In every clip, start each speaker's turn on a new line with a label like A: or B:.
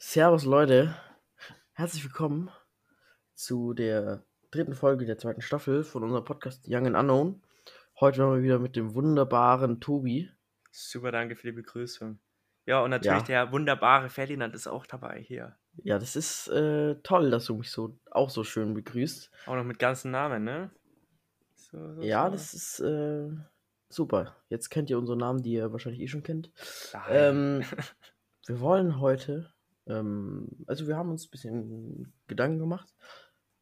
A: Servus Leute, herzlich willkommen zu der dritten Folge der zweiten Staffel von unserem Podcast Young and Unknown. Heute waren wir wieder mit dem wunderbaren Tobi.
B: Super, danke für die Begrüßung. Ja, und natürlich der wunderbare Ferdinand ist auch dabei hier.
A: Ja, das ist äh, toll, dass du mich so auch so schön begrüßt.
B: Auch noch mit ganzen Namen, ne? So, so,
A: Ja,
B: so.
A: das ist äh, super. Jetzt kennt ihr unsere Namen, die ihr wahrscheinlich eh schon kennt.
B: Nein.
A: Ähm, wir wollen heute, ähm, also wir haben uns ein bisschen Gedanken gemacht.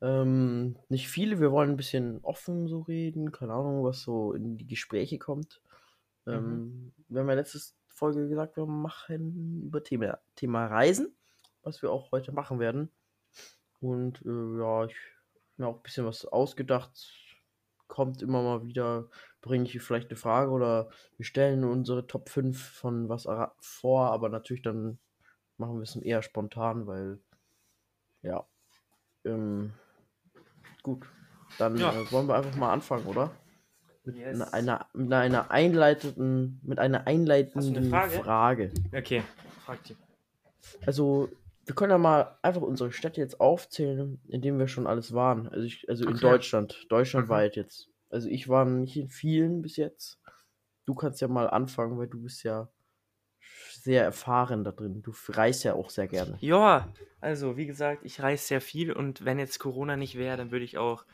A: Ähm, nicht viele, wir wollen ein bisschen offen so reden, keine Ahnung, was so in die Gespräche kommt. Ähm, Wir haben ja letzte Folge gesagt, wir machen über Thema, Thema Reisen, was wir auch heute machen werden. Und äh, ja, ich habe mir auch ein bisschen was ausgedacht. Kommt immer mal wieder, bringe ich vielleicht eine Frage oder wir stellen unsere Top 5 von was ara- vor, aber natürlich dann machen wir es eher spontan, weil ja. Ähm, gut, dann
B: Ja.
A: äh, wollen wir einfach mal anfangen, oder? Mit,
B: Yes.
A: einer, einer, mit einer einleitenden, mit einer einleitenden
B: Frage?
A: Frage?
B: Okay, frag die.
A: Also, wir können ja mal einfach unsere Städte jetzt aufzählen, in denen wir schon alles waren. Also, ich, also in
B: Okay.
A: Deutschland, deutschlandweit jetzt. Also, ich war nicht in vielen bis jetzt. Du kannst ja mal anfangen, weil du bist ja sehr erfahren da drin. Du reist ja auch sehr gerne.
B: Ja, also wie gesagt, ich reise sehr viel und wenn jetzt Corona nicht wäre, dann würde ich auch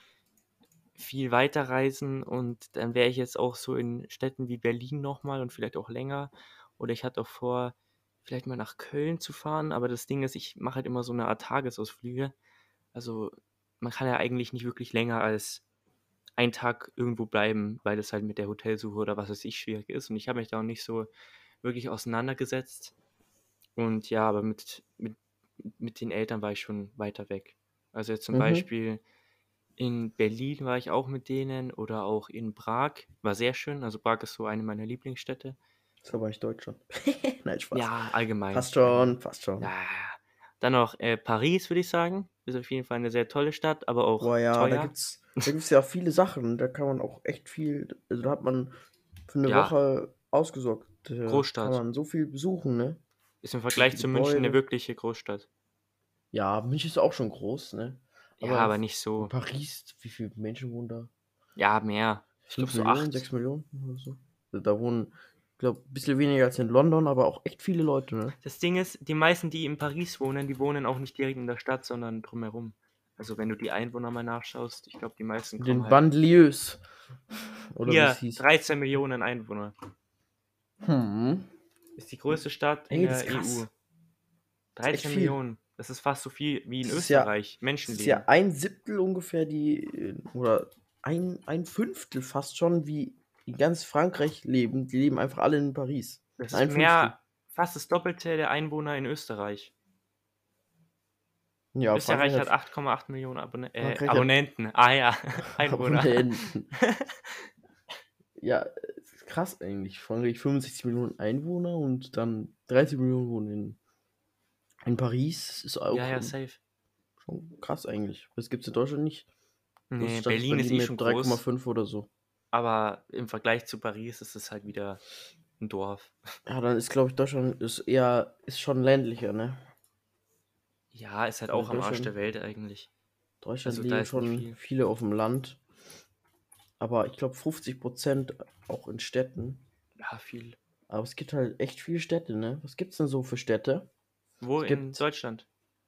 B: viel weiter reisen und dann wäre ich jetzt auch so in Städten wie Berlin nochmal und vielleicht auch länger. Oder ich hatte auch vor, vielleicht mal nach Köln zu fahren, aber das Ding ist, ich mache halt immer so eine Art Tagesausflüge. Also man kann ja eigentlich nicht wirklich länger als einen Tag irgendwo bleiben, weil das halt mit der Hotelsuche oder was weiß ich schwierig ist. Und ich habe mich da auch nicht so wirklich auseinandergesetzt. Und ja, aber mit, mit, mit den Eltern war ich schon weiter weg. Also jetzt zum
A: Mhm.
B: Beispiel in Berlin war ich auch mit denen oder auch in Prag. War sehr schön. Also Prag ist so eine meiner Lieblingsstädte.
A: Das war ich Deutschland. Nein, Spaß.
B: Ja, allgemein.
A: Passt schon, passt schon.
B: Ja. Dann noch äh, Paris, würde ich sagen. Ist auf jeden Fall eine sehr tolle Stadt, aber auch
A: Boah, ja, da
B: teuer.
A: gibt's, da gibt's ja viele Sachen. Da kann man auch echt viel, also da hat man für eine
B: Ja.
A: Woche ausgesorgt. äh,
B: Großstadt.
A: Kann man so viel besuchen, ne?
B: Ist im Vergleich zu München eine
A: Gebäude.
B: wirkliche Großstadt.
A: Ja, München ist auch schon groß, ne?
B: Ja,
A: Aber
B: aber,
A: in
B: nicht so.
A: Paris, wie viele Menschen wohnen da?
B: Ja, mehr. Ich glaube
A: Fünf
B: so
A: Millionen,
B: acht.
A: sechs Millionen oder so. Da- Da wohnen, ich glaube, ein bisschen weniger als in London, aber auch echt viele Leute, ne?
B: Das Ding ist, die meisten, die in Paris wohnen, die wohnen auch nicht direkt in der Stadt, sondern drumherum. Also wenn du die Einwohner mal nachschaust, ich glaube die meisten
A: In den
B: kommen halt.
A: Banlieues. Oder wie
B: Hier,
A: es hieß.
B: 13 Millionen Einwohner.
A: Hm.
B: Ist die größte Stadt in
A: Ey, das
B: der
A: ist krass.
B: EU.
A: ist echt
B: 13
A: viel.
B: Millionen. Das ist fast so viel wie in
A: Das ist ja-
B: Österreich.
A: Das ist
B: Menschenleben.
A: ja ein Siebtel ungefähr die, oder ein, ein Fünftel fast schon, wie in ganz Frankreich leben. Die leben einfach alle in Paris.
B: Das
A: Ein
B: ist mehr, fast das Doppelte der Einwohner in Österreich.
A: Ja,
B: Österreich hat
A: Frankreich
B: 8,8 Millionen Abonne äh,
A: Frankreich hat-
B: Abonnenten. Ah ja, Einwohner.
A: Abonnenten. ja, es ist krass eigentlich. Frankreich 65 Millionen Einwohner und dann 30 Millionen wohnen in, in Paris. Ist auch
B: Ja, ja,
A: ähm,
B: safe.
A: schon krass eigentlich. Das gibt es in Deutschland nicht.
B: Nee,
A: Großstadt
B: Berlin ist eh
A: mit
B: schon groß,
A: 3,5 oder so.
B: aber im Vergleich zu Paris ist es halt wieder ein Dorf.
A: Ja, dann ist, glaube ich, Deutschland ist eher, ist schon ländlicher, ne?
B: Ja, ist halt
A: Also
B: auch am Arsch
A: Deutschland-
B: der Welt eigentlich.
A: Deutschland
B: Also da
A: leben
B: ist nicht
A: schon
B: viel.
A: viele auf dem Land. Aber ich glaube 50 Prozent auch in Städten.
B: Ja, viel.
A: Aber es gibt halt echt viele Städte, ne? Was gibt's denn so für Städte?
B: Wo
A: Es
B: in
A: gibt-
B: Deutschland?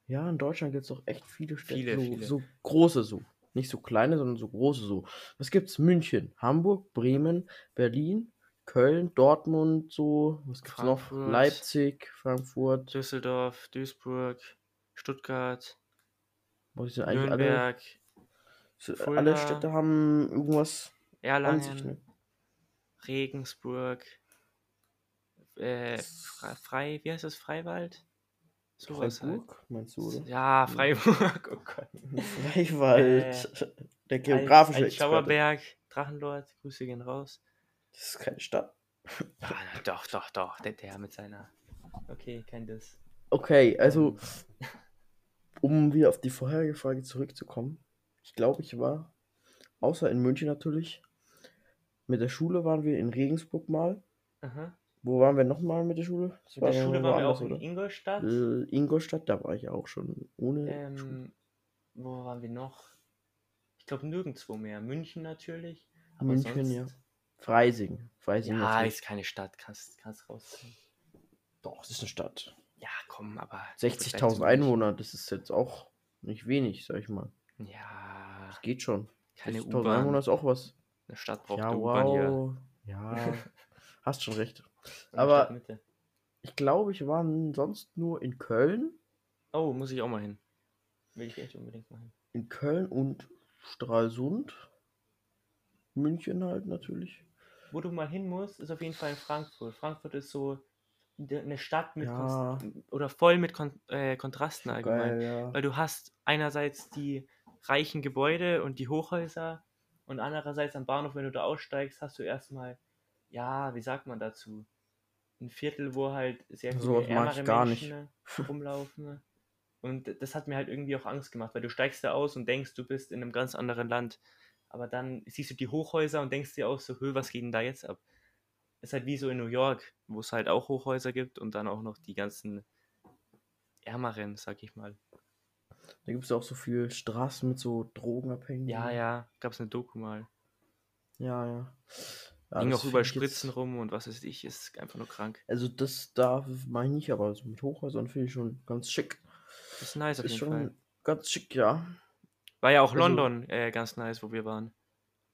A: Ja, in Deutschland gibt es doch echt viele Städte.
B: Viele,
A: so,
B: viele.
A: so große so. Nicht so kleine, sondern so große so. Was gibt's? München, Hamburg, Bremen, Berlin, Köln, Dortmund, so. Was gibt's noch?
B: Frankfurt.
A: Leipzig, Frankfurt.
B: Düsseldorf, Duisburg, Stuttgart,
A: Wo sind eigentlich alle,
B: Nürnberg,
A: so- äh, alle
B: Fulda.
A: Städte haben irgendwas an sich,
B: Erlangen,
A: ne?
B: Regensburg, äh, Fre- Frei, wie heißt das, Freiwald? Sowas halt.
A: Freiburg, meinst du, oder?
B: Ja, Freiburg, oh Gott.
A: Freiwald.
B: Äh,
A: der geografische
B: Ein
A: Experte.
B: Schauerberg, Drachenlord, Grüße gehen raus.
A: Das ist keine Stadt.
B: Ah, na, doch, doch, doch, der, der mit seiner. Okay, kennt es.
A: Okay, also, um wieder auf die vorherige Frage zurückzukommen. Ich glaube, ich war, außer in München natürlich, mit der Schule waren wir in Regensburg mal.
B: Aha.
A: Wo waren wir nochmal mit der Schule? Das
B: Mit der Schule
A: wo
B: waren wir
A: anders,
B: auch in Ingolstadt.
A: Äh, Ingolstadt, da war ich auch schon. Ohne Schule.
B: Ähm, wo waren wir noch? Ich glaube nirgendwo mehr. München natürlich. Aber
A: München,
B: sonst,
A: ja. Freising. Freising
B: Ja,
A: natürlich.
B: ist keine Stadt, kannst, kannst rausziehen.
A: Doch, es ist eine Stadt.
B: Ja, komm, aber. im Vergleich
A: 60.000
B: zu
A: Einwohner, das ist jetzt auch nicht wenig, sag ich mal.
B: München- Ja,
A: Das geht schon.
B: keine
A: 60.000 Einwohner
B: U-Bahn.
A: ist auch was.
B: Eine Stadt braucht
A: ja,
B: eine U-Bahn hier.
A: wow. Ja, hast schon recht.
B: Eine
A: Aber-
B: Stadtmitte.
A: Ich glaube, ich war sonst nur in Köln.
B: Oh, muss ich auch mal hin. Will ich echt unbedingt mal hin.
A: In Köln und Stralsund. München halt natürlich.
B: Wo du mal hin musst, ist auf jeden Fall in Frankfurt. Frankfurt ist so de- eine Stadt mit Konst-
A: ja,
B: oder voll mit Kon äh, Kontrasten allgemein.
A: geil, ja.
B: Weil du hast einerseits die reichen Gebäude und die Hochhäuser und andererseits am Bahnhof, wenn du da aussteigst, hast du erstmal, ja, wie sagt man dazu? Ein Viertel, wo halt sehr viele
A: Sowas mag ich
B: ärmere
A: gar
B: Menschen rumlaufen. Und das hat mir halt irgendwie auch Angst gemacht, weil du steigst da aus und denkst, du bist in einem ganz anderen Land. Aber dann siehst du die Hochhäuser und denkst dir auch so, hö, was geht denn da jetzt ab? Ist halt wie so in New York, wo es halt auch Hochhäuser gibt und dann auch noch die ganzen Ärmeren, sag ich mal.
A: Da gibt es auch so viele Straßen mit so Drogenabhängigen.
B: Ja, ja, gab's eine Doku mal.
A: Ja, ja. ja
B: Ging
A: das
B: auch überall
A: find ich jetzt-
B: Spritzen rum und was weiß ich, ist einfach nur krank.
A: Also das da meine ich nicht, aber so mit Hochhäusern finde ich schon ganz schick.
B: Das ist nice
A: Das
B: auf
A: ist
B: jeden
A: schon
B: Fall.
A: ganz schick, ja.
B: War ja auch
A: also-
B: London äh, ganz nice, wo wir waren.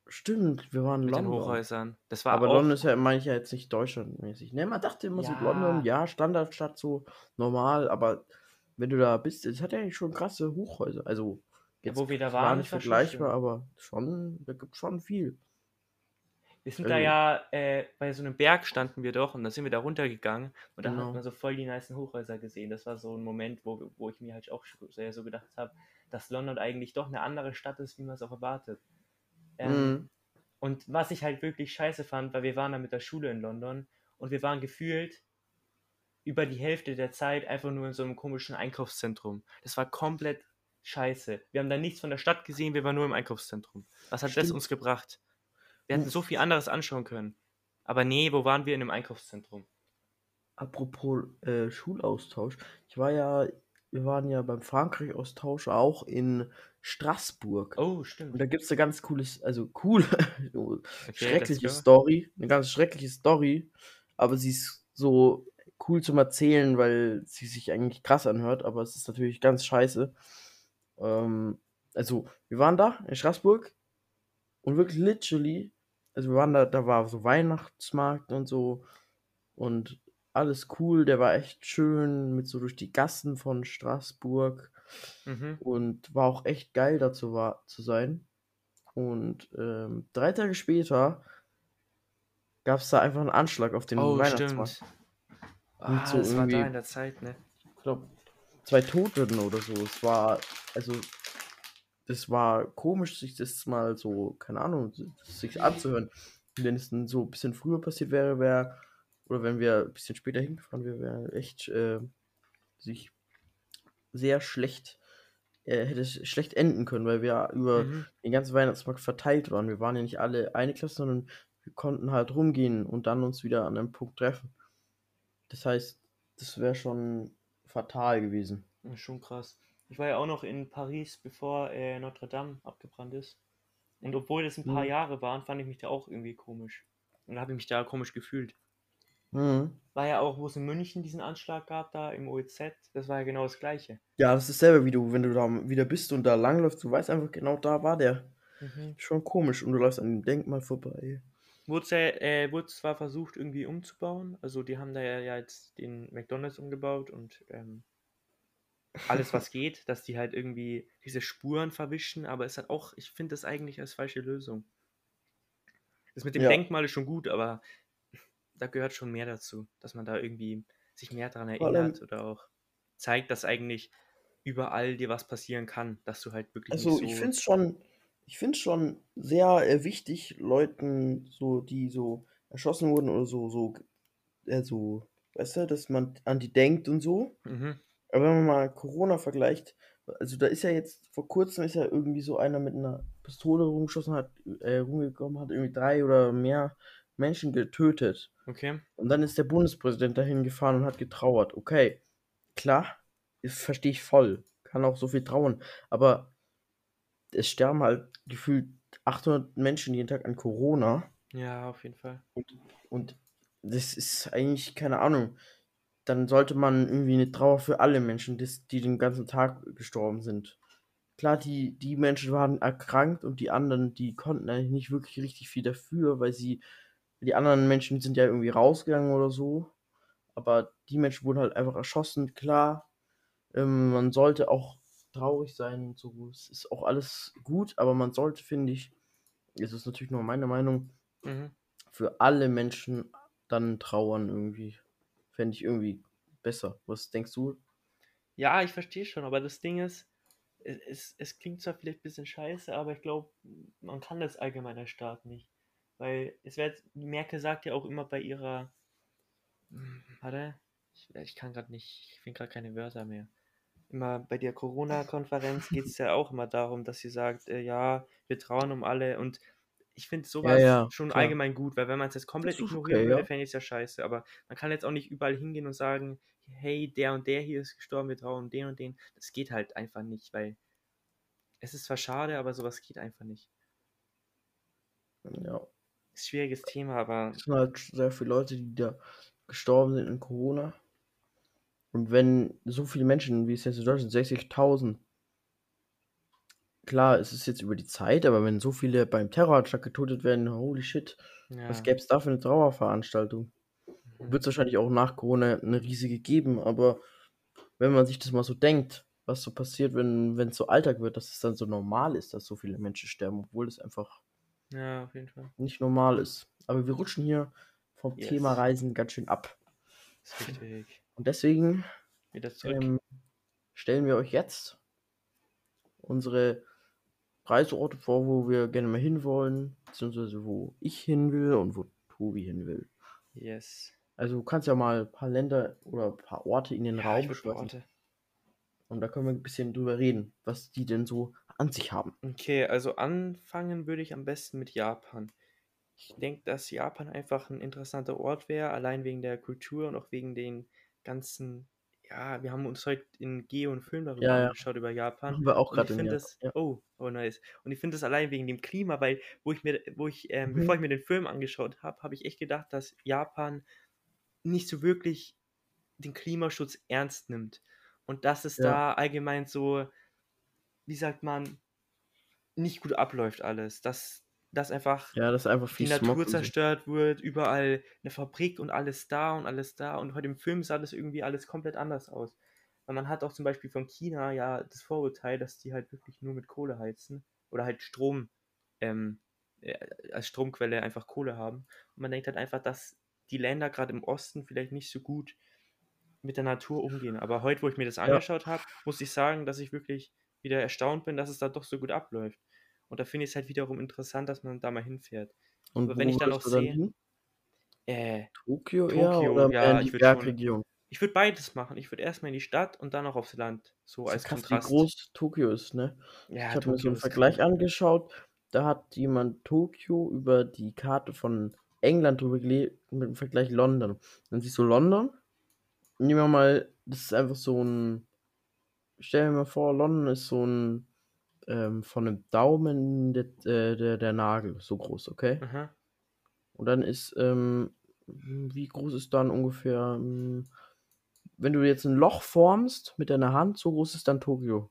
A: Stimmt, wir waren in
B: Mit den
A: London.
B: Hochhäusern. Das war
A: Aber
B: auch,
A: London ist ja, meine ich ja jetzt nicht deutschlandmäßig. Ne, man dachte immer so
B: Ja.
A: London, ja, Standardstadt, so normal, aber wenn du da bist, es hat ja eigentlich schon krasse Hochhäuser. Also jetzt
B: wo wir da
A: gar
B: waren,
A: nicht
B: das war schon
A: vergleichbar, aber schon, da gibt schon viel.
B: Wir sind da
A: Also-
B: ja, äh, bei so einem Berg standen wir doch und dann sind wir da runtergegangen und da
A: Genau.
B: hat man so voll die nicen Hochhäuser gesehen. Das war so ein Moment, wo, wo ich mir halt auch schon sehr so gedacht habe, dass London eigentlich doch eine andere Stadt ist, wie man es auch erwartet. Ähm,
A: Mhm.
B: Und was ich halt wirklich scheiße fand, weil wir waren da mit der Schule in London und wir waren gefühlt über die Hälfte der Zeit einfach nur in so einem komischen Einkaufszentrum. Das war komplett scheiße. Wir haben da nichts von der Stadt gesehen, wir waren nur im Einkaufszentrum. Was hat das
A: Stimmt. Hm.
B: uns gebracht? Wir hätten
A: Uff.
B: so viel anderes anschauen können. Aber nee, wo waren wir? In einem Einkaufszentrum.
A: Apropos äh, Schulaustausch, ich war ja, wir waren ja beim Frankreich-Austausch auch in Straßburg.
B: Oh, stimmt.
A: Und da gibt es eine ganz cooles, also cool, so
B: Okay,
A: schreckliche
B: let's go.
A: Story, eine ganz schreckliche Story, aber sie ist so cool zum Erzählen, weil sie sich eigentlich krass anhört, aber es ist natürlich ganz scheiße. Ähm, also, wir waren da in Straßburg und wirklich literally, also wir waren da, da war so Weihnachtsmarkt und so und alles cool, der war echt schön mit so durch die Gassen von Straßburg
B: Mhm.
A: und war auch echt geil dazu war, zu sein. Und ähm, drei Tage später gab es da einfach einen Anschlag auf den
B: Oh,
A: Weihnachtsmarkt.
B: stimmt. Ah,
A: so
B: das war da
A: irgendwie-
B: in der Zeit, ne?
A: Ich glaube, zwei Toten oder so. Es war, also, es war komisch, sich das mal so, keine Ahnung, sich anzuhören. Wenn es denn so ein bisschen früher passiert wäre, wäre, oder wenn wir ein bisschen später hingefahren wären, wäre echt äh, sich sehr schlecht, äh, hätte es schlecht enden können, weil wir über
B: Mhm.
A: den ganzen Weihnachtsmarkt verteilt waren. Wir waren ja nicht alle eine Klasse, sondern wir konnten halt rumgehen und dann uns wieder an einem Punkt treffen. Das heißt, das wäre schon fatal gewesen.
B: Ja, Hm, Schon krass. Ich war ja auch noch in Paris, bevor äh, Notre Dame abgebrannt ist. Und obwohl das ein paar
A: Mhm.
B: Jahre waren, fand ich mich da auch irgendwie komisch. Und habe ich mich da komisch gefühlt.
A: Mhm.
B: War ja auch, wo es in München diesen Anschlag gab, da im OEZ, das war ja genau das Gleiche.
A: Ja, das ist selber wie du, wenn du da wieder bist und da langläufst, du weißt einfach genau, da war der. Schon komisch und du läufst an dem Denkmal vorbei.
B: Wurde, sehr, äh, wurde zwar versucht, irgendwie umzubauen, also die haben da ja, ja jetzt den McDonalds umgebaut und ähm, alles, was geht, dass die halt irgendwie diese Spuren verwischen, aber es hat auch, ich finde das eigentlich als falsche Lösung. Das mit dem
A: Ja.
B: Denkmal ist schon gut, aber da gehört schon mehr dazu, dass man da irgendwie sich mehr daran
A: Vor allem-
B: erinnert oder auch zeigt, dass eigentlich überall dir was passieren kann, dass du halt wirklich
A: Also ich finde es schon, ich finde schon sehr äh, wichtig, Leuten, so, die so erschossen wurden oder so, so, äh, so, weißt du, dass man an die denkt und so.
B: Mhm.
A: Aber wenn man mal Corona vergleicht, also da ist ja jetzt, vor kurzem ist ja irgendwie so einer mit einer Pistole rumgeschossen hat, äh, rumgekommen, hat irgendwie drei oder mehr Menschen getötet.
B: Okay.
A: Und dann ist der Bundespräsident dahin gefahren und hat getrauert. Okay, klar, verstehe ich voll. Kann auch so viel trauern. Aber es sterben halt gefühlt 800 Menschen jeden Tag an Corona.
B: Ja, auf jeden Fall.
A: Und das ist eigentlich, keine Ahnung. Dann sollte man irgendwie eine Trauer für alle Menschen, des- die den ganzen Tag gestorben sind. Klar, die, die Menschen waren erkrankt und die anderen, die konnten eigentlich nicht wirklich richtig viel dafür, weil sie, die anderen Menschen sind ja irgendwie rausgegangen oder so. Aber die Menschen wurden halt einfach erschossen, klar. Ähm, man sollte auch traurig sein und so. Es ist auch alles gut, aber man sollte, finde ich, es ist natürlich nur meine Meinung,
B: Mhm.
A: für alle Menschen dann trauern irgendwie. Fände ich irgendwie besser. Was denkst du?
B: Ja, ich verstehe schon, aber das Ding ist, es, es, es klingt zwar vielleicht ein bisschen scheiße, aber ich glaube, man kann das allgemein als Staat nicht. Weil es wird, Merkel sagt ja auch immer bei ihrer. Hm, Warte, ich, ich kann gerade nicht, ich finde gerade keine Wörter mehr. Immer bei der Corona-Konferenz geht es ja auch immer darum, dass sie sagt, äh, ja, wir trauen um alle und ich finde sowas
A: ja,
B: schon
A: klar.
B: allgemein gut, weil wenn man es jetzt komplett
A: Das ist
B: ignorieren
A: okay,
B: würde,
A: ja.
B: fände ich es ja scheiße, aber man kann jetzt auch nicht überall hingehen und sagen, hey, der und der hier ist gestorben, wir trauen den und den. Das geht halt einfach nicht, weil es ist zwar schade, aber sowas geht einfach nicht.
A: Ja.
B: Ist ein schwieriges Thema, aber
A: Es sind halt sehr viele Leute, die da gestorben sind in Corona. Und wenn so viele Menschen, wie es jetzt in Deutschland, 60.000, klar, es ist jetzt über die Zeit, aber wenn so viele beim Terroranschlag getötet werden, holy shit,
B: ja.
A: was gäbe es da für eine Trauerveranstaltung?
B: mhm.
A: wird es wahrscheinlich auch nach Corona eine riesige geben, aber wenn man sich das mal so denkt, was so passiert, wenn es so Alltag wird, dass es dann so normal ist, dass so viele Menschen sterben, obwohl es einfach
B: ja, auf jeden Fall.
A: nicht normal ist. Aber wir rutschen hier vom
B: Yes.
A: Thema Reisen ganz schön ab.
B: Ist richtig.
A: Und deswegen
B: Wieder zurück.
A: ähm, stellen wir euch jetzt unsere Reiseorte vor, wo wir gerne mal hinwollen, beziehungsweise wo ich hin will und wo Tobi hin will.
B: yes.
A: Also du kannst ja mal ein paar Länder oder ein paar Orte in den
B: Ja, ich
A: Raum
B: würd mal
A: schmeißen.
B: Orte.
A: Und da können wir ein bisschen drüber reden, was die denn so an sich haben.
B: Okay, also anfangen würde ich am besten mit Japan. Ich denke, dass Japan einfach ein interessanter Ort wäre, allein wegen der Kultur und auch wegen den ganzen. Ja, wir haben uns heute in Geo und Film darüber
A: Ja, ja.
B: angeschaut, über Japan.
A: Machen wir auch
B: Und ich
A: gerade in
B: finde
A: Japan.
B: das,
A: Ja.
B: oh, oh nice. Und ich finde das allein wegen dem Klima, weil wo ich mir, wo ich, ähm,
A: Mhm.
B: bevor ich mir den Film angeschaut habe, habe ich echt gedacht, dass Japan nicht so wirklich den Klimaschutz ernst nimmt. Und dass es
A: Ja.
B: da allgemein so, wie sagt man, nicht gut abläuft alles. Dass, dass einfach
A: ja, das ist einfach
B: die
A: viel Smog.
B: Natur
A: Und so.
B: zerstört wird, überall eine Fabrik und alles da und alles da. Und heute im Film sah das irgendwie alles komplett anders aus. Weil man hat auch zum Beispiel von China ja das Vorurteil, dass die halt wirklich nur mit Kohle heizen oder halt Strom ähm, äh, als Stromquelle einfach Kohle haben. Und man denkt halt einfach, dass die Länder gerade im Osten vielleicht nicht so gut mit der Natur umgehen. Aber heute, wo ich mir das angeschaut habe, muss ich sagen, dass ich wirklich wieder erstaunt bin, dass es da doch so gut abläuft. Und da finde ich es halt wiederum interessant, dass man da mal hinfährt.
A: Und
B: Aber wenn ich dann
A: würdest
B: auch
A: du
B: sehe-
A: hin?
B: Äh,
A: Tokio, eher
B: Tokio,
A: oder
B: ja,
A: mehr in die
B: ich würd schon-
A: Bergregion?
B: ich würde beides machen. Ich würde erstmal in die Stadt und dann auch aufs Land. So
A: Das
B: als
A: ist krass,
B: Kontrast.
A: wie groß Tokio ist, ne?
B: Ja,
A: ich habe mir so einen
B: ist
A: Vergleich
B: krank.
A: angeschaut. Da hat jemand Tokio über die Karte von England drüber gelegt mit dem Vergleich London. Dann siehst du London. Nehmen wir mal, das ist einfach so ein. Stell dir mal vor, London ist so ein. Ähm, von einem Daumen der, äh, der, der Nagel, so groß, okay?
B: Aha.
A: Und dann ist, ähm, wie groß ist dann ungefähr, ähm, wenn du jetzt ein Loch formst mit deiner Hand, so groß ist dann Tokio.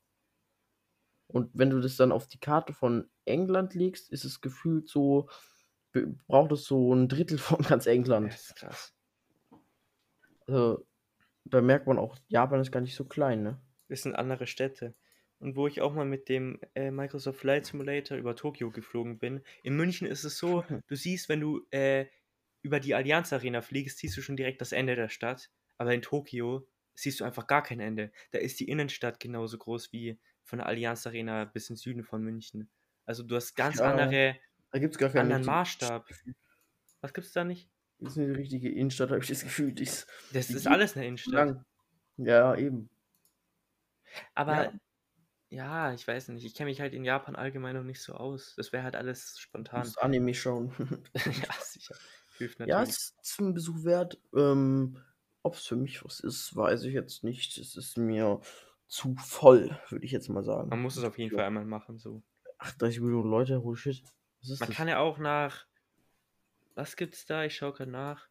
A: Und wenn du das dann auf die Karte von England legst, ist es gefühlt so, be- braucht es so ein Drittel von ganz
B: Ja,
A: England.
B: ist krass.
A: Also, da merkt man auch, Japan ist gar nicht so klein, ne?
B: Das sind andere Städte. Und wo ich auch mal mit dem äh, Microsoft Flight Simulator über Tokio geflogen bin. In München ist es so, du siehst, wenn du äh, über die Allianz Arena fliegst, siehst du schon direkt das Ende der Stadt. Aber in Tokio siehst du einfach gar kein Ende. Da ist die Innenstadt genauso groß wie von der Allianz Arena bis in den Süden von München. Also du hast ganz
A: Ja.
B: andere,
A: Da gibt es gar keinen
B: anderen
A: richtigen-
B: Maßstab. Was gibt's da nicht?
A: Das ist eine richtige Innenstadt, habe ich das Gefühl. Die ist
B: Das
A: Die
B: ist
A: geht
B: alles eine Innenstadt.
A: Mhm. lang. Ja, eben.
B: Aber
A: Ja.
B: ja. ich weiß nicht. Ich kenne mich halt in Japan allgemein noch nicht so aus. Das wäre halt alles spontan.
A: Das Anime schauen.
B: ja, sicher. Hilft
A: Ja,
B: natürlich.
A: es ist ein Besuch wert. Ähm, Ob es für mich was ist, weiß ich jetzt nicht. Es ist mir zu voll, würde ich jetzt mal sagen.
B: Man muss es auf jeden Fall einmal machen. So.
A: 38 Millionen Leute, holy shit. Was ist
B: Man
A: das?
B: kann ja auch nach. Was gibt's da? Ich schaue gerade nach.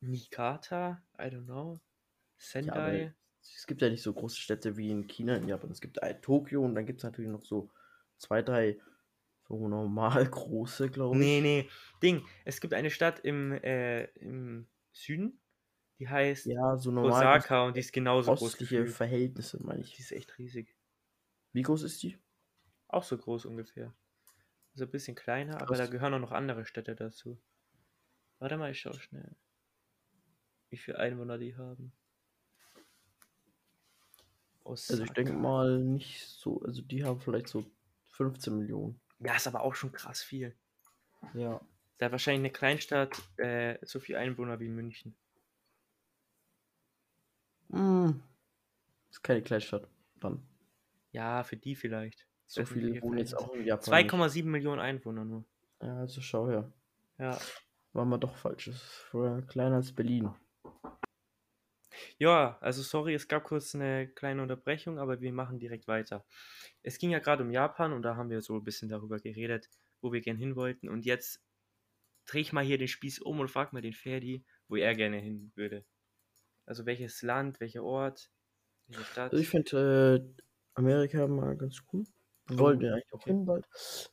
B: Nikata? I don't know. Sendai?
A: es gibt ja nicht so große Städte wie in China, in Japan. Es gibt ein Tokio und dann gibt es natürlich noch so zwei, drei so normal große, glaube ich.
B: nee, nee. Ding. Es gibt eine Stadt im, äh, im Süden, die heißt
A: Ja, so normal
B: Osaka und die ist genauso groß.
A: ostliche
B: gefühlt.
A: Verhältnisse, meine
B: Die
A: ich.
B: ist echt riesig.
A: Wie groß ist die?
B: Auch so groß ungefähr. Also ein bisschen kleiner, aber da
A: Krass.
B: gehören auch noch andere Städte dazu. Warte mal, ich schau schnell. Wie viele Einwohner die haben.
A: Also ich denke
B: Osaka.
A: mal nicht so, also die haben vielleicht so 15 Millionen.
B: Ja, ist aber auch schon krass viel.
A: Ja.
B: Da hat wahrscheinlich eine Kleinstadt äh, so viel Einwohner wie München.
A: Mm. Ist keine Kleinstadt. Dann.
B: Ja, für die vielleicht.
A: So
B: Das sind
A: viele
B: die
A: wohnen jetzt auch in Japan. nicht.
B: 2,7 Millionen Einwohner nur.
A: Ja, also schau her.
B: Ja.
A: War mal doch falsch. Ist vorher kleiner als Berlin.
B: Ja, also sorry, es gab kurz eine kleine Unterbrechung, aber wir machen direkt weiter. Es ging ja gerade um Japan und da haben wir so ein bisschen darüber geredet, wo wir gern hin wollten. Und jetzt drehe ich mal hier den Spieß um und frag mal den Ferdi, wo er gerne hin würde. Also welches Land, welcher Ort, welche Stadt.
A: Also ich finde äh, Amerika mal ganz cool. Wir
B: Oh,
A: wollten ja eigentlich auch
B: okay.
A: hin bald.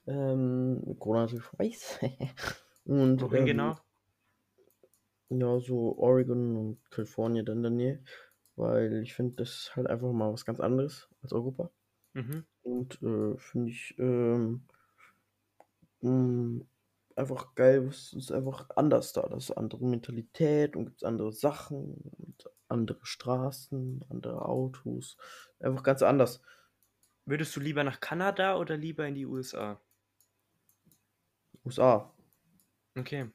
A: Ähm, Corona natürlich vorbei. ist. und
B: Wohin
A: ähm,
B: genau?
A: Ja, so Oregon und Kalifornien dann in der Nähe. Weil ich finde, das ist halt einfach mal was ganz anderes als Europa.
B: Mhm.
A: Und äh, finde ich ähm, mh, einfach geil, es ist einfach anders da. Das ist eine andere Mentalität und gibt andere Sachen und andere Straßen, andere Autos. Einfach ganz anders.
B: Würdest du lieber nach Kanada oder lieber in die USA?
A: USA.
B: Okay.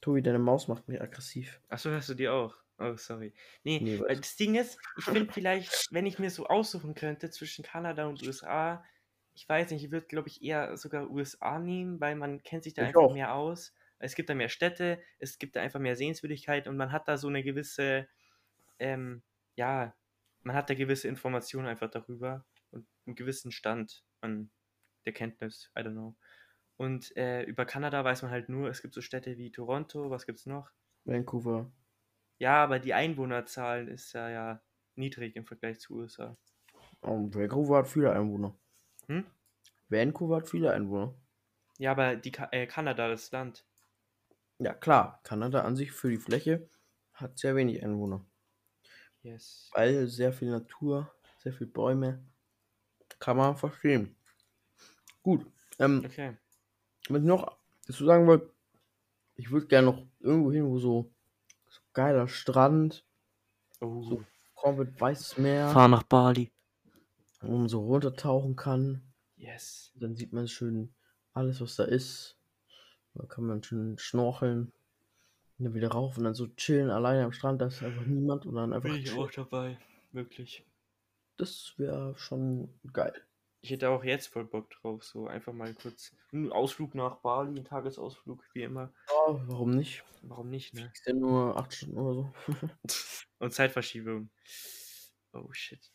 A: Tobi, deine Maus macht mich aggressiv.
B: Achso, hörst du die auch? Oh, sorry. Nee,
A: Nee,
B: weil
A: weiß.
B: das Ding ist, ich finde vielleicht, wenn ich mir so aussuchen könnte zwischen Kanada und USA, ich weiß nicht, ich würde, glaube ich, eher sogar USA nehmen, weil man kennt sich da
A: Ich
B: einfach
A: auch.
B: mehr aus. Es gibt da mehr Städte, es gibt da einfach mehr Sehenswürdigkeit und man hat da so eine gewisse, ähm, ja, man hat da gewisse Informationen einfach darüber und einen gewissen Stand an der Kenntnis, I don't know. Und äh, über Kanada weiß man halt nur, es gibt so Städte wie Toronto, was gibt's noch?
A: Vancouver.
B: Ja, aber die Einwohnerzahl ist ja, ja niedrig im Vergleich zu USA.
A: Oh, Vancouver hat viele Einwohner.
B: Hm?
A: Vancouver hat viele Einwohner.
B: Ja, aber die Ka äh, Kanada, das Land.
A: Ja, klar, Kanada an sich für die Fläche hat sehr wenig Einwohner.
B: Yes.
A: Weil sehr viel Natur, sehr viel Bäume. Kann man verstehen. Gut. Ähm,
B: Okay.
A: was ich noch dazu sagen wollte, ich würde gerne noch irgendwo hin, wo so, so geiler Strand,
B: Oh.
A: So. komplett weißes Meer,
B: Fahr nach Bali.
A: wo man so runtertauchen kann.
B: Yes.
A: Dann sieht man schön alles, was da ist. Da kann man schön schnorcheln. Und dann wieder rauf und dann so chillen, alleine am Strand. Da ist einfach niemand. Und dann einfach.
B: Bin ich
A: chillen.
B: auch dabei. Wirklich.
A: Das wäre schon geil.
B: Ich hätte auch jetzt voll Bock drauf. So einfach mal kurz einen Ausflug nach Bali, einen Tagesausflug, wie immer.
A: Ja, warum nicht?
B: Warum nicht, ne?
A: Ist ja nur 8 Stunden oder so.
B: Und Zeitverschiebung. Oh shit.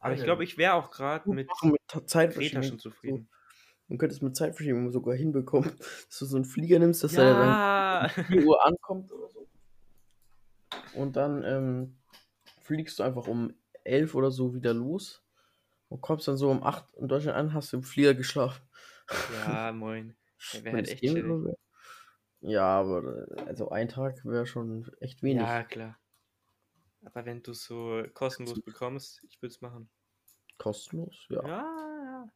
B: Aber
A: Alter,
B: ich glaube, ich wäre auch gerade
A: gut
B: mit
A: machen mit Ta-
B: Kreta
A: Zeitverschiebung.
B: schon zufrieden.
A: Man könnte es mit Zeitverschiebung sogar hinbekommen, dass du so einen Flieger nimmst, dass er dann
B: Ja!
A: 4 Uhr ankommt oder so. Und dann ähm, fliegst du einfach um 11 oder so wieder los und kommst dann so um 8 in Deutschland an, hast im Flieger geschlafen.
B: ja, moin. Ja, Wäre
A: Wenn
B: halt
A: es
B: echt
A: gehen
B: chillig.
A: würde. Ja, aber äh, also ein Tag wäre schon echt wenig.
B: Ja, klar. Aber wenn du es so kostenlos bekommst, ich würde es machen.
A: Kostenlos,
B: Ja, ja.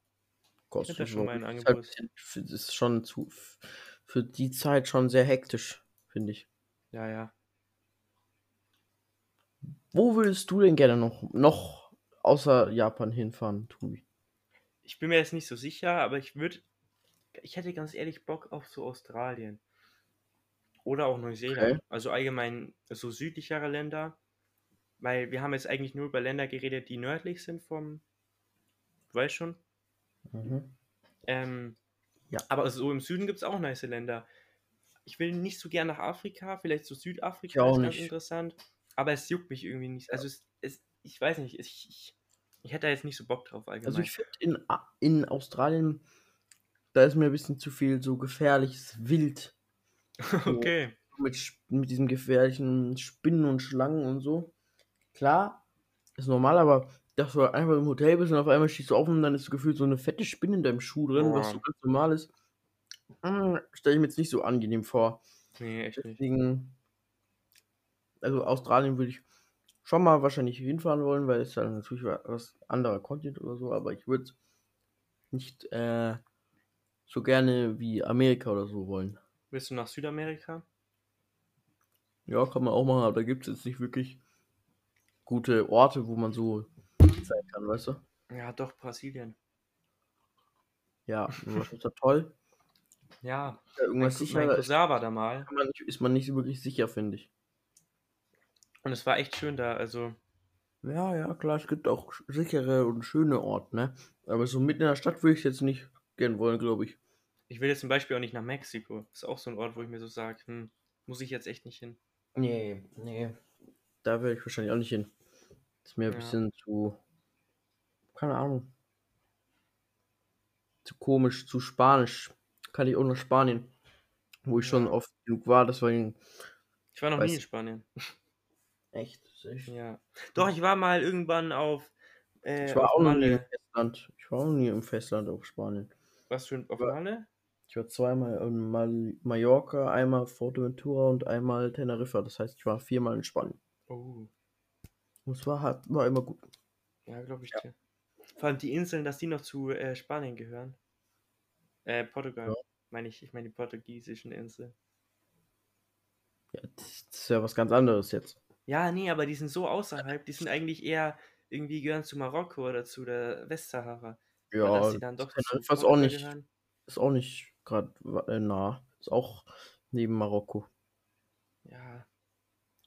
A: Kostet
B: hätte
A: schon
B: schon mal ein
A: ist halt
B: Angebot.
A: bisschen- für- das ist schon zu f- für die Zeit schon sehr hektisch, finde ich.
B: Ja, ja.
A: Wo würdest du denn gerne noch noch außer Japan hinfahren, Tobi?
B: Ich bin mir jetzt nicht so sicher, aber ich würde. Ich hätte ganz ehrlich Bock auf so Australien. Oder auch Neuseeland.
A: Okay.
B: Also allgemein so südlichere Länder. Weil wir haben jetzt eigentlich nur über Länder geredet, die nördlich sind vom. Du weißt schon. Ähm,
A: Ja.
B: Aber so im Süden gibt es auch nice Länder. ich will nicht so gern nach Afrika, vielleicht so
A: Ich
B: Südafrika
A: auch
B: ist ganz
A: nicht.
B: interessant, aber es juckt mich irgendwie nicht. Also es, es, ich weiß nicht, ich, ich, ich hätte da jetzt nicht so Bock drauf allgemein.
A: Also ich finde in, A- in Australien, da ist mir ein bisschen zu viel so gefährliches Wild. So
B: okay.
A: Mit, Sp- mit diesem gefährlichen Spinnen und Schlangen und so. Klar, ist normal, aber dass du einfach im Hotel bist und auf einmal schießt du auf und dann ist gefühlt so eine fette Spinne in deinem Schuh drin, was
B: Boah.
A: so ganz normal ist. Stelle ich mir jetzt nicht so angenehm vor.
B: Nee, echt
A: Äh,
B: nicht.
A: Deswegen, also Australien würde ich schon mal wahrscheinlich hinfahren wollen, weil es dann natürlich wa- was anderer Kontinent oder so, aber ich würde es nicht äh, so gerne wie Amerika oder so wollen.
B: Willst du nach Südamerika?
A: Ja, kann man auch machen, aber da gibt es jetzt nicht wirklich gute Orte, wo man so sein kann, weißt du?
B: Ja, doch, Brasilien.
A: Ja, das ist ja toll.
B: Ja,
A: Ist Ja,
B: mein,
A: irgendwas
B: Cou- mein
A: sicher äh, ist,
B: Cousin war da mal
A: kann man nicht, ist man nicht so wirklich sicher, finde ich.
B: und es war echt schön da. Also,
A: Ja, ja, klar, es gibt auch sch- sichere und schöne Orte, ne? Aber so mitten in der Stadt würde ich jetzt nicht gern wollen, glaube ich.
B: ich will jetzt zum Beispiel auch nicht nach Mexiko. Ist auch so ein Ort, wo ich mir so sage, hm, muss ich jetzt echt nicht hin.
A: Nee, nee. Da wäre ich wahrscheinlich auch nicht hin. Ist mir ein
B: Ja.
A: bisschen zu. Keine Ahnung. Zu komisch, zu spanisch. Kann ich auch nach Spanien. Wo ich schon
B: Ja.
A: oft genug war, deswegen.
B: Ich war noch
A: Weiß-
B: nie in Spanien.
A: Echt? echt?
B: Ja. Doch, ich war mal irgendwann auf. Äh,
A: Ich war
B: auf
A: auch noch nie im
B: Malle.
A: Festland. Ich war auch noch nie im Festland auf Spanien.
B: Warst du in- auf
A: War-
B: Malle?
A: Ich war zweimal in Mal Mallorca, einmal Fuerteventura und einmal Teneriffa. Das heißt, ich war viermal in Spanien.
B: Oh.
A: Und es war, hat- war immer gut.
B: Ja, glaube ich dir. Vor allem die Inseln, dass die noch zu äh, Spanien gehören. Äh, Portugal,
A: Ja.
B: meine ich. Ich meine die portugiesischen Inseln.
A: Ja, das das ist ja was ganz anderes jetzt.
B: Ja, nee, aber die sind so außerhalb. Die sind eigentlich eher irgendwie gehören zu Marokko oder zu der Westsahara. Aber
A: Ja,
B: dass die dann doch zu
A: Teneriffa ist auch
B: Portugal
A: nicht,
B: gehören.
A: ist auch nicht gerade äh, nah. Ist auch neben Marokko.
B: Ja,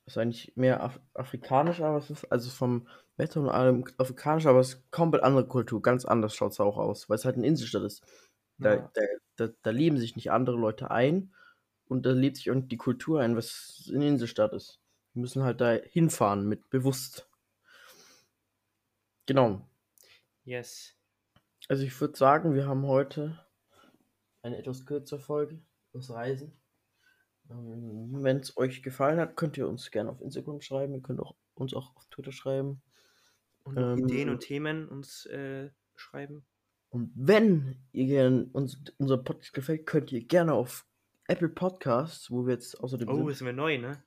A: Ist eigentlich mehr Af afrikanisch, aber es ist also vom Wetter und allem afrikanisch, aber es ist komplett andere Kultur. Ganz anders schaut es auch aus, weil es halt eine Inselstadt ist. Da,
B: Ja.
A: da, da, da leben sich nicht andere Leute ein und da lebt sich auch nicht die Kultur ein, was eine Inselstadt ist. Wir müssen halt da hinfahren mit bewusst. Genau.
B: yes.
A: Also ich würde sagen, wir haben heute eine etwas kürzere Folge, das Reisen. Ähm, Wenn es euch gefallen hat, könnt ihr uns gerne auf Instagram schreiben, ihr könnt auch, uns auch auf Twitter schreiben.
B: Und noch Ideen
A: Ähm,
B: und Themen uns äh, schreiben.
A: Und wenn ihr gerne uns, unser Podcast gefällt, könnt ihr gerne auf Apple Podcasts, wo wir jetzt außerdem
B: Oh,
A: sind,
B: sind wir neu, ne?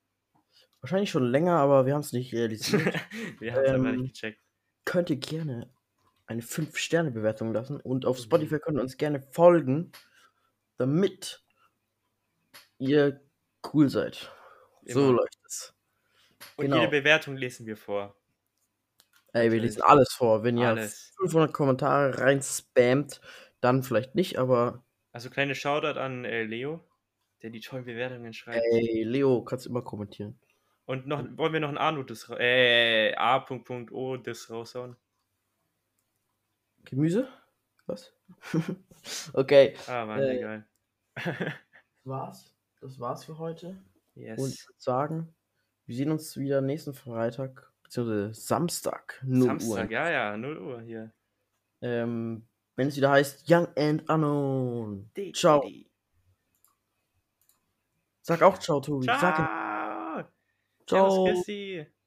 A: wahrscheinlich schon länger, aber wir haben es nicht realisiert,
B: wir haben es aber
A: Ähm,
B: nicht gecheckt.
A: könnt ihr gerne eine 5-Sterne-Bewertung lassen und auf
B: Mhm.
A: Spotify könnt ihr uns gerne folgen, damit ihr cool seid. So
B: Immer.
A: läuft es.
B: Und
A: genau.
B: jede Bewertung lesen wir vor.
A: Ey, wir
B: Natürlich.
A: lesen alles vor. Wenn ihr
B: Alles.
A: 500 Kommentare rein spammt, dann vielleicht nicht, aber
B: Also kleine Shoutout an äh, Leo, der die tollen Bewertungen schreibt.
A: ey, Leo kannst immer kommentieren.
B: Und noch wollen wir noch einen Arno das äh, A.O das raushauen.
A: Gemüse? Was? okay.
B: Ah, Mann,
A: Äh.
B: egal.
A: Das war's. Das war's für heute.
B: yes.
A: Und ich würde sagen, wir sehen uns wieder nächsten Freitag, beziehungsweise Samstag, 0
B: Samstag,
A: Uhr.
B: ja, ja, 0 Uhr hier.
A: Ähm, wenn es wieder heißt Young and Unknown.
B: Di-
A: Ciao.
B: di-
A: Sag auch Ciao, Tobi. Sag
B: Ciao.
A: Ciao.
B: Servus, Christi.